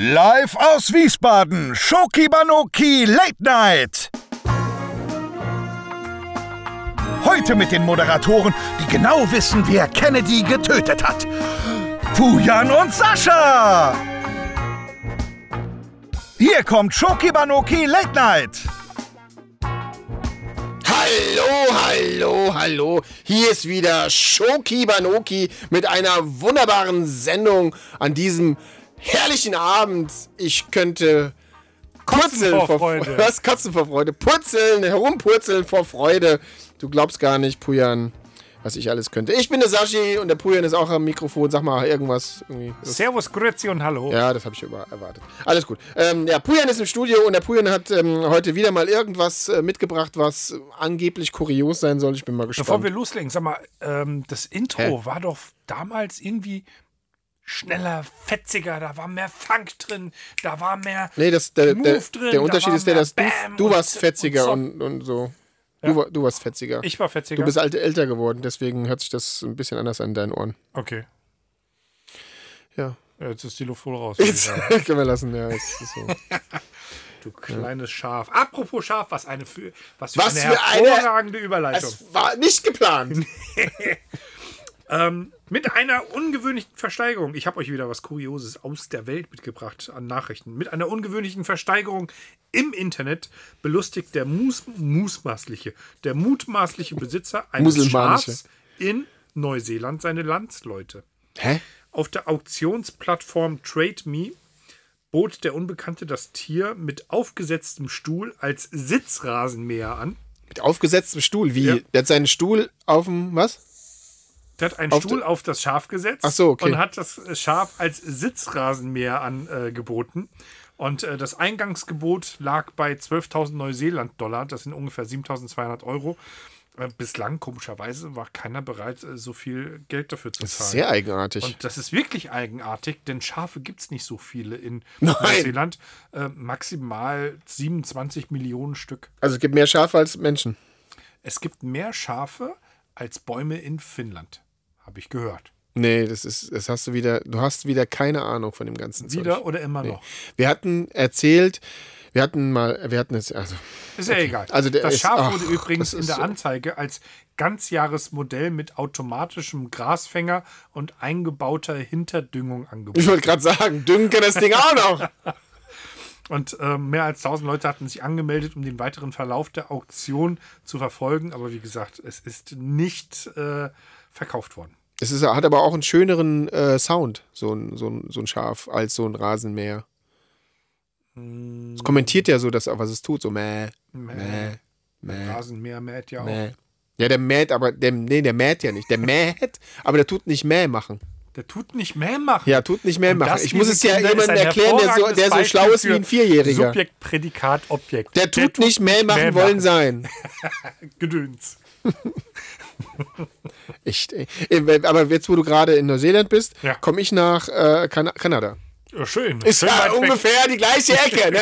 Live aus Wiesbaden, Schoki Banoki Late Night. Heute mit den Moderatoren, die genau wissen, wer Kennedy getötet hat. Pujan und Sascha. Hier kommt Schoki Banoki Late Night. Hallo, hallo, hallo. Hier ist wieder Shoki Banoki mit einer wunderbaren Sendung an diesem herrlichen Abend. Ich könnte purzeln vor vor Freude. Was kotzen vor Freude? Purzeln, herumpurzeln vor Freude. Du glaubst gar nicht, Pujan, was ich alles könnte. Ich bin der Sashi und der Pujan ist auch am Mikrofon. Sag mal irgendwas irgendwie. Servus, Grüezi und Hallo. Ja, das habe ich über erwartet. Alles gut. Ähm, ja, Pujan ist im Studio und der Pujan hat ähm, heute wieder mal irgendwas äh, mitgebracht, was angeblich kurios sein soll. Ich bin mal gespannt. Bevor wir loslegen, sag mal, ähm, das Intro war doch damals irgendwie schneller, fetziger, da war mehr Funk drin, da war mehr nee, das, der, der, Move drin, der da Unterschied war ist der, mehr dass du, Bam du und- warst fetziger und, und, und so. Du, wa- du warst fetziger. so. Ich war fetziger. du bist alt, älter geworden, deswegen hört sich das ein bisschen anders an deinen Ohren. okay. Ja. Ja, Jetzt ist die Luft voll raus. Jetzt Ja, können wir lassen, ja. Es ist so. Du kleines Schaf. Apropos Schaf, was eine für, was für Was eine für eine- hervorragende Überleitung. Es war nicht geplant. Ähm, mit einer ungewöhnlichen Versteigerung. Ich habe euch wieder was Kurioses aus der Welt mitgebracht an Nachrichten. Mit einer ungewöhnlichen Versteigerung im Internet belustigt der Mus mutmaßliche, der mutmaßliche Besitzer eines Muselmanische. Schafs in Neuseeland seine Landsleute. Hä? Auf der Auktionsplattform TradeMe bot der Unbekannte das Tier mit aufgesetztem Stuhl als Sitzrasenmäher an. Mit aufgesetztem Stuhl. Wie? Ja. Der hat seinen Stuhl auf dem. Was? Der hat einen Auf Stuhl de- auf das Schaf gesetzt Ach so, okay. und hat das Schaf als Sitzrasenmäher angeboten. Und äh, das Eingangsgebot lag bei 12.000 Neuseeland-Dollar, das sind ungefähr 7.200 Euro. Äh, bislang, komischerweise, war keiner bereit, äh, so viel Geld dafür zu zahlen. Sehr eigenartig. Und das ist wirklich eigenartig, denn Schafe gibt es nicht so viele in Nein. Neuseeland. Äh, maximal 27 Millionen Stück. also es gibt mehr Schafe als Menschen. Es gibt mehr Schafe als Bäume in Finnland, habe ich gehört. Nee, das ist, das hast du wieder, du hast wieder keine Ahnung von dem ganzen Wieder Zeug. oder immer noch? Wir hatten erzählt, wir hatten mal, wir hatten jetzt, also, Ist ja egal. Also der das ist- Schaf ach, wurde übrigens das in ist der so- Anzeige als Ganzjahresmodell mit automatischem Grasfänger und eingebauter Hinterdüngung ich angeboten. wollte gerade sagen, düngen kann das Ding auch noch. Und äh, mehr als 1000 Leute hatten sich angemeldet, um den weiteren Verlauf der Auktion zu verfolgen. Aber wie gesagt, es ist nicht äh, verkauft worden. Es ist, hat aber auch einen schöneren äh, Sound, so ein, so, ein, so ein Schaf, als so ein Rasenmäher. Es kommentiert ja so, dass, was es tut, so mäh, mäh, mäh, Rasenmäher mäht ja auch. mäh. Ja, der mäht, aber, der, nee, der mäht ja nicht. Der mäht, aber der tut nicht mäh machen. Der tut nicht mehr machen. Ja, tut nicht mehr Und machen. das, Ich muss liebe es ja Kinder, ist jemandem ein erklären, der so, der so hervorragendes schlau ist wie ein Beispiel für Vierjähriger. Subjekt, Prädikat, Objekt. Der tut, nicht mehr machen mehr wollen sein. Gedöns. Ich, äh, aber jetzt, wo du gerade in Neuseeland bist, Ja. komme ich nach äh, kan Kanada. Ja, schön. Ist schön ja weit weg. ungefähr die gleiche Ecke, ne?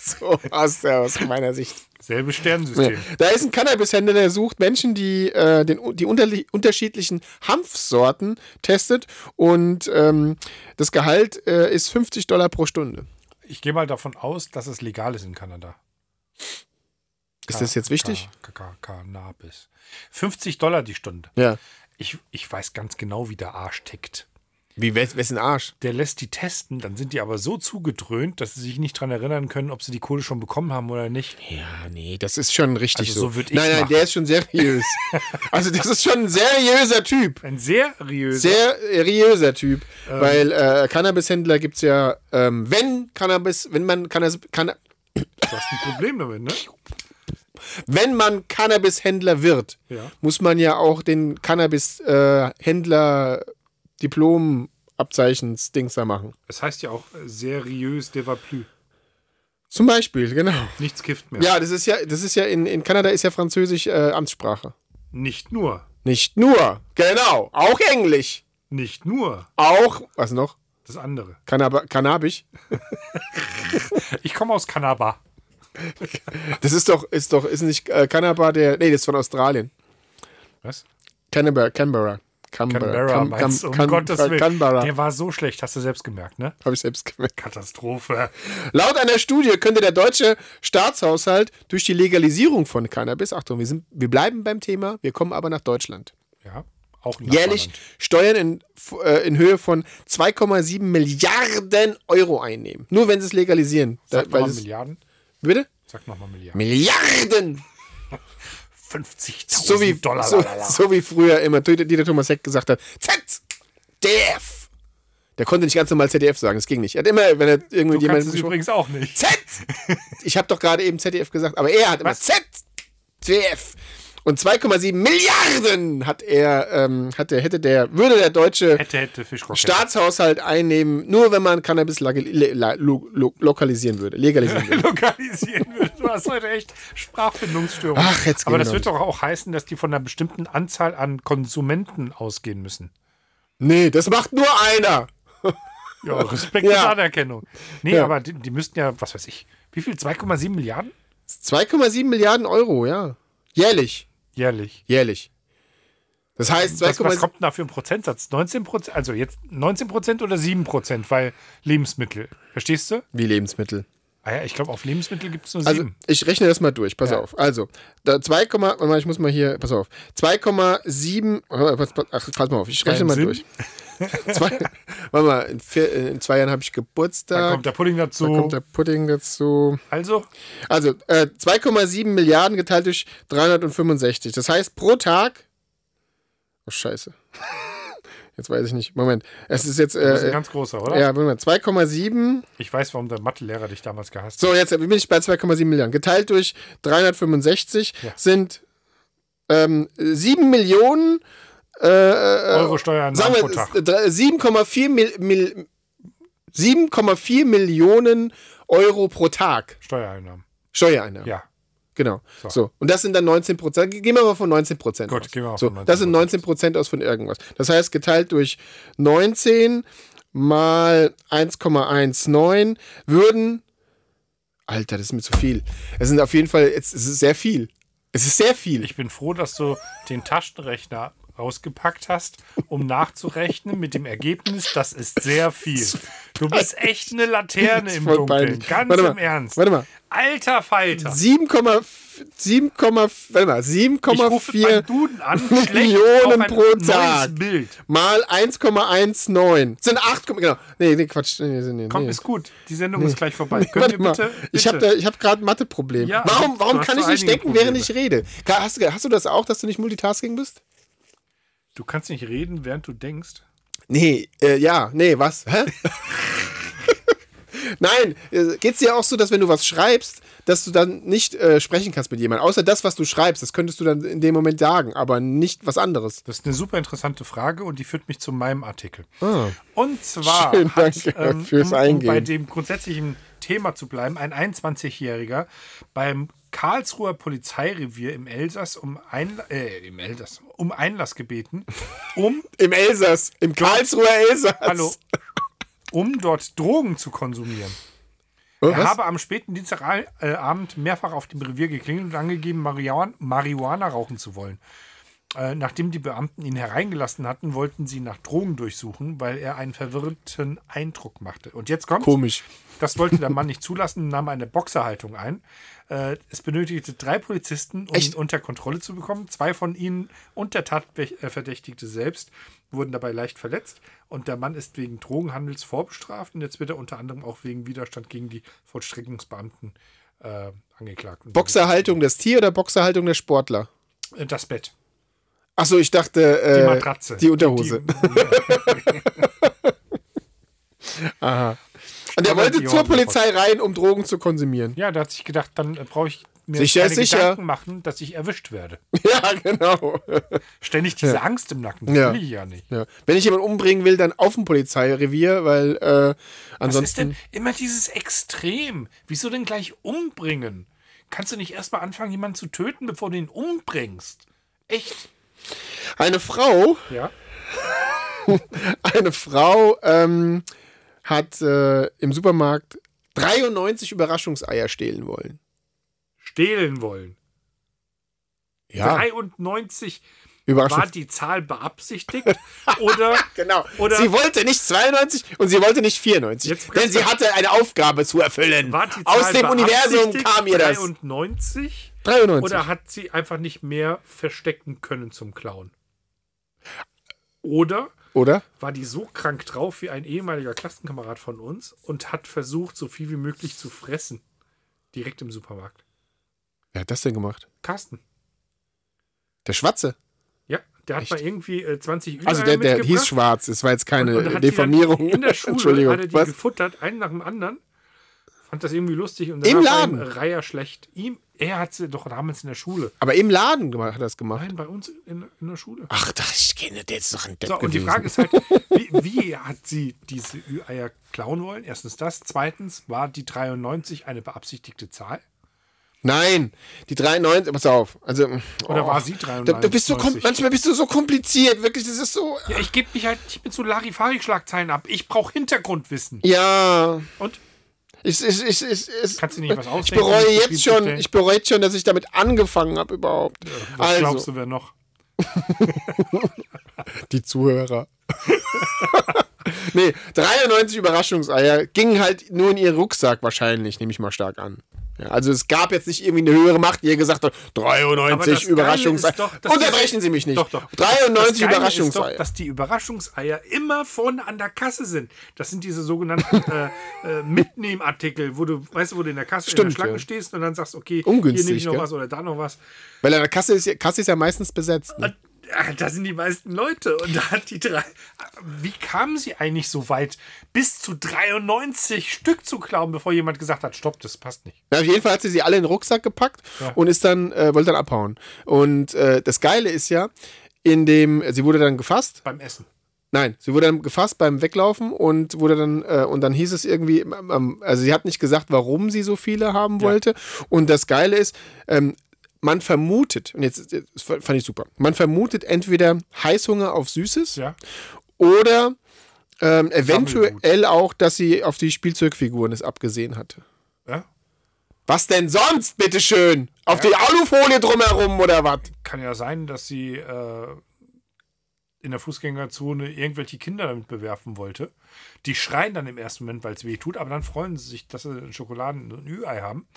So aus, äh, aus meiner Sicht. Selbe Sternensystem. Da ist ein Cannabishändler, der sucht Menschen, die äh, den, die unterli- unterschiedlichen Hanfsorten testet und ähm, das Gehalt äh, ist 50 Dollar pro Stunde. Ich gehe mal davon aus, dass es legal ist in Kanada. Ist das jetzt wichtig? Ka- Ka- Cannabis. 50 Dollar die Stunde. Ja. Ich, ich weiß ganz genau, wie der Arsch tickt. Wie, wes- wessen Arsch? Der lässt die testen, dann sind die aber so zugedröhnt, dass sie sich nicht dran erinnern können, ob sie die Kohle schon bekommen haben oder nicht. Ja, nee, das ist schon richtig Also so würd ich's nein, nein, machen. der ist schon seriös. also das ist schon ein seriöser Typ. Ein seriöser. Sehr seriöser Typ, Ähm. weil äh, Cannabishändler gibt es ja, ähm, wenn Cannabis, wenn man Cannabis, Canna, du hast ein Problem damit, ne? wenn man Cannabishändler wird, Ja. muss man ja auch den äh, Cannabishändler Diplom Abzeichens Dings da machen. Das heißt ja auch äh, seriös de plus. Zum Beispiel, genau. Nichts kifft mehr. Ja, das ist ja, das ist ja in, in Kanada ist ja Französisch äh, Amtssprache. Nicht nur. Nicht nur, genau, auch Englisch, Nicht nur auch was noch? das andere. Cannab Cannabis. Ich komme aus Kanada. Das ist doch, ist doch, ist nicht äh, Cannabis der, nee, das ist von Australien. Was? Canberra, Canberra. Canberra. Canberra Can- meinst Can- du? Um Can- Gottes Willen. Canberra. Der war so schlecht, hast du selbst gemerkt, ne? Habe ich selbst gemerkt. Katastrophe. Laut einer Studie könnte der deutsche Staatshaushalt durch die Legalisierung von Cannabis, Achtung, wir, sind, wir bleiben beim Thema, wir kommen aber nach Deutschland. Ja, auch ein jährlich Nachbarland. Steuern in, äh, in Höhe von 2,7 Milliarden Euro einnehmen. Nur wenn sie es legalisieren. Da, Sag äh, weil nochmal es, Milliarden. bitte? Sag nochmal Milliarden. Milliarden! 50.000 Hm. So wie, Dollar. so, lalala. so wie früher immer Dieter Dieter Thomas Heck gesagt hat: ZDF! Der konnte nicht ganz normal ZDF sagen, das ging nicht. Er hat immer, wenn er irgendwie Du kannst jemanden es gesprochen- übrigens auch nicht. Z! Ich habe doch gerade eben ZDF gesagt, aber er hat immer ZDF. Und 2,7 Milliarden hat er, ähm, hat der, hätte der, würde der deutsche Hätte, hätte, Fischkopf. Staatshaushalt einnehmen, nur wenn man Cannabis la- le- la- lo- lo- lokalisieren würde, legalisieren würde. lokalisieren würde. Du hast heute echt Sprachfindungsstörung. Ach, jetzt Aber gehen das wir wird doch auch heißen, dass die von einer bestimmten Anzahl an Konsumenten ausgehen müssen. Nee, das macht nur einer. Ja, Respekt Ja. und Anerkennung. Nee, Ja. aber die, die müssten ja, was weiß ich, wie viel? 2,7 Milliarden? 2,7 Milliarden Euro, ja. Jährlich. Jährlich. Jährlich. Das heißt, Was, was 2,7 kommt denn da für ein Prozentsatz? 19 Prozent, also jetzt 19 Prozent oder 7 Prozent, weil Lebensmittel. Verstehst du? wie Lebensmittel. Ah ja, ich glaube, auf Lebensmittel gibt es nur 7. Also, ich rechne das mal durch, pass Ja. auf. Also, da 2, warte mal, ich muss mal hier, pass auf. 2,7, äh, pass, pass- ach, pass mal auf, ich rechne Beim mal Sinn. durch. Zwei, warte mal, in, vier, äh, in zwei Jahren habe ich Geburtstag. Dann kommt der Pudding dazu. äh, da kommt der Pudding dazu. also, Also äh, 2,7 Milliarden geteilt durch 365. Das heißt pro Tag. Oh Scheiße. Jetzt weiß ich nicht. Moment. Es ist jetzt. das ist ein Äh, ganz großer, oder? ja, warte mal. 2,7. Ich weiß, warum der Mathelehrer dich damals gehasst hat. So, jetzt bin ich bei 2,7 Milliarden. Geteilt durch 365 sind ähm, 7 Millionen. Euro Steuern Äh, Sagen wir pro Tag. äh, drei- 7,4 Mil, Mil, 7,4 Millionen Euro pro Tag. Steuereinnahmen. Steuereinnahmen. Ja. Genau. So. Und das sind dann 19 Prozent. Gehen wir mal von 19 Prozent Gut, aus. gehen wir mal so, von 19%. Das sind 19 Prozent aus von irgendwas. Das heißt, geteilt durch 19 mal 1,19 würden. Alter, das ist mir zu viel. Es sind auf jeden Fall, jetzt, es ist sehr viel. Es ist sehr viel. Ich bin froh, dass du den Taschenrechner rausgepackt hast, um nachzurechnen mit dem Ergebnis, das ist sehr viel. Du bist echt eine Laterne im voll Dunkeln. peinlich. Ganz Warte mal, im Ernst. warte mal. Alter Falter. 7, 7, warte mal, Ich rufe beim 7,4 Duden an, schlecht auf Millionen ein pro neues Tag Bild. mal 1,19 sind 8, genau. Nee, nee, Quatsch. Nee, nee, nee, Komm, nee. ist gut. Die Sendung ist gleich vorbei. Könnt Warte ihr mal, bitte, ich bitte. habe hab, da- ich hab gerade ein Matheproblem. Ja, warum warum du hast kann ich so nicht einige denken, während ich rede? Ka- Hast du, hast du das auch, dass du nicht Multitasking bist? Du kannst nicht reden, während du denkst. Nee, äh, ja, nee, was? Hä? Nein, äh, geht's dir auch so, dass wenn du was schreibst, dass du dann nicht äh, sprechen kannst mit jemandem? Außer das, was du schreibst, das könntest du dann in dem Moment sagen, aber nicht was anderes. Das ist eine super interessante Frage und die führt mich zu meinem Artikel. Und zwar Ah. Schön, hat, danke ähm, fürs um, um Eingehen. bei dem grundsätzlichen Thema zu bleiben, ein 21-Jähriger beim Karlsruher Polizeirevier im Elsass um, Einla äh, im Elsass, um Einlass gebeten, um, Im Elsass, im Karlsruher Elsass. hallo, um dort Drogen zu konsumieren. Oh, Er was? habe am späten Dienstagabend mehrfach auf dem Revier geklingelt und angegeben, Marihuan- Marihuana rauchen zu wollen. Äh, nachdem die Beamten ihn hereingelassen hatten, wollten sie nach Drogen durchsuchen, weil er einen verwirrten Eindruck machte. Und jetzt kommt's. Komisch. Das wollte der Mann nicht zulassen, nahm eine Boxerhaltung ein. Äh, es benötigte drei Polizisten, um ihn unter Kontrolle zu bekommen. Zwei von ihnen und der Tatverdächtigte selbst wurden dabei leicht verletzt. Und der Mann ist wegen Drogenhandels vorbestraft. Und jetzt wird er unter anderem auch wegen Widerstand gegen die Vollstreckungsbeamten äh, angeklagt. Und Boxerhaltung das Tier oder Boxerhaltung der Sportler? äh, Das Bett. Achso, ich dachte, äh, Die Matratze. die Unterhose. Und er Aber wollte die zur Johann- Polizei rein, um Drogen zu konsumieren. ja, da hat sich gedacht, dann äh, brauche ich mir Sicher keine ist sicher. Gedanken machen, dass ich erwischt werde. Ja, genau. Ständig diese Angst im Nacken. Das Ja. will ich ja nicht. Ja. Wenn ich jemanden umbringen will, dann auf dem Polizeirevier, weil äh, Was ist ansonsten. denn immer dieses Extrem? Wieso denn gleich umbringen? Kannst du nicht erstmal anfangen, jemanden zu töten, bevor du ihn umbringst? Echt? Eine Frau, Ja. eine Frau ähm, hat äh, im Supermarkt 93 Überraschungseier stehlen wollen. Stehlen wollen. 93. Überraschung. War die Zahl beabsichtigt oder, Genau. oder sie wollte nicht 92 und sie wollte nicht 94. Jetzt- denn sie hatte eine Aufgabe zu erfüllen. war die Zahl Aus dem Universum beabsichtigt kam ihr das. 93? 93. Oder hat sie einfach nicht mehr verstecken können zum Clown? Oder Oder? war die so krank drauf wie ein ehemaliger Klassenkamerad von uns und hat versucht, so viel wie möglich zu fressen. Direkt im Supermarkt. Wer hat das denn gemacht? Carsten. Der Schwarze. Ja, der hat mal irgendwie äh, 20 Ü Also der, der hieß Schwarz. Es war jetzt keine Und dann hat die dann Diffamierung. In der Schule Entschuldigung. hat er die Was? gefuttert, einen nach dem anderen. Fand das irgendwie lustig und Im danach war ihm Laden? Reiher schlecht. Ihm, er hat sie doch damals in der Schule. Aber im Laden gemacht, hat er das gemacht. Nein, bei uns in, in der Schule. Ach, das kenne der ist doch ein Depp So, und die gewesen. Frage ist halt, wie, wie hat sie diese Ü-Eier klauen wollen? Erstens das. Zweitens, war die 93 eine beabsichtigte Zahl? Nein, die 93, pass auf. Also, Oder oh, war sie Da, da bist du kom- 93? manchmal bist du so kompliziert, wirklich, das ist so. Ja, ich gebe mich halt nicht mit so Larifari-Schlagzeilen ab. Ich brauche Hintergrundwissen. Ja, Und ich, ich, ich, ich, ich, Kannst du nicht was ich ausdenken, bereue um jetzt schon, zufriedenzustellen? ich bereue jetzt schon, dass ich damit angefangen habe überhaupt. was also, glaubst du, wer noch? die Zuhörer. nee, 93 Überraschungseier gingen halt nur in ihren Rucksack wahrscheinlich, nehme ich mal stark an. Ja, also es gab jetzt nicht irgendwie eine höhere Macht, die ihr gesagt hat, Aber das 93 Geile Überraschungseier. ist doch, dass Unterbrechen die- Sie mich nicht. Doch, doch. Das 93 Geile Ist doch, Überraschungseier. dass die Überraschungseier immer vorne an der Kasse sind. Das sind diese sogenannten äh, äh, Mitnehmartikel, wo du, weißt du, wo du in der Kasse in Stimmt, der Schlange ja. stehst und dann sagst, okay, Ungünstig, hier nehme ich noch gell? was oder da noch was. Weil an der Kasse ist, ja- Kasse ist ja meistens besetzt. Ne? Und, äh, da sind die meisten Leute. Und da hat die drei. Wie kamen sie eigentlich so weit, bis zu 93 Stück zu klauen, bevor jemand gesagt hat, stopp, das passt nicht? Na, auf jeden Fall hat sie sie alle in den Rucksack gepackt und ist dann, äh, wollte dann abhauen. Und äh, das Geile ist ja, in dem, sie wurde dann gefasst Beim Essen. Nein, sie wurde dann gefasst beim Weglaufen und wurde dann äh, und dann hieß es irgendwie, ähm, ähm, also sie hat nicht gesagt, warum sie so viele haben wollte. Und das Geile ist, ähm, man vermutet und jetzt, jetzt fand ich super, man vermutet entweder Heißhunger auf Süßes Ja. oder ähm, eventuell auch, dass sie auf die Spielzeugfiguren es abgesehen hatte. ja? Was denn sonst, bitteschön? Auf die Alufolie drumherum oder was? Kann ja sein, dass sie äh, in der Fußgängerzone irgendwelche Kinder damit bewerfen wollte. Die schreien dann im ersten Moment, weil es weh tut, aber dann freuen sie sich, dass sie einen Schokoladen und ein Ü-Ei haben.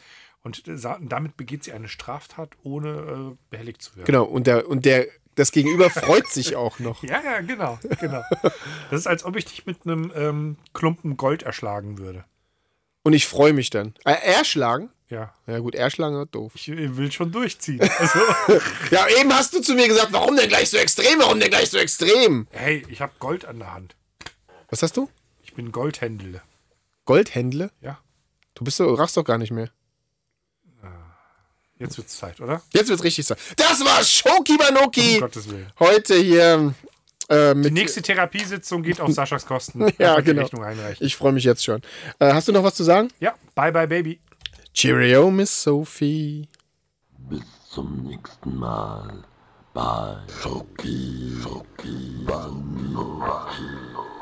Und sa- damit begeht sie eine Straftat, ohne äh, behelligt zu werden. Genau, und der, und der, das Gegenüber freut sich auch noch. Ja, ja, genau, genau. Das ist, als ob ich dich mit einem ähm, Klumpen Gold erschlagen würde. Und ich freue mich dann. Äh, erschlagen? Ja, Ja gut, Erschlange, doof. ich äh, will schon durchziehen. Also, Ja, eben hast du zu mir gesagt, warum denn gleich so extrem, warum denn gleich so extrem? hey, ich habe Gold an der Hand. Was hast du? Ich bin Goldhändler. Goldhändle? Ja, Du bist so, rachst doch gar nicht mehr. jetzt wird's Zeit, oder? Jetzt wird's richtig sein. Das war Shoki Banoki. Um Gottes Willen. Oh Heute hier äh, mit... Die nächste Therapiesitzung geht auf Saschas Kosten. ja, Einfach die genau. Rechnung einreichen. Ich freue mich jetzt schon. Äh, hast du noch was zu sagen? Ja, bye bye, Baby. Cheerio, Miss Sophie. Bis zum nächsten Mal bei Schoki, Schoki, Banoki.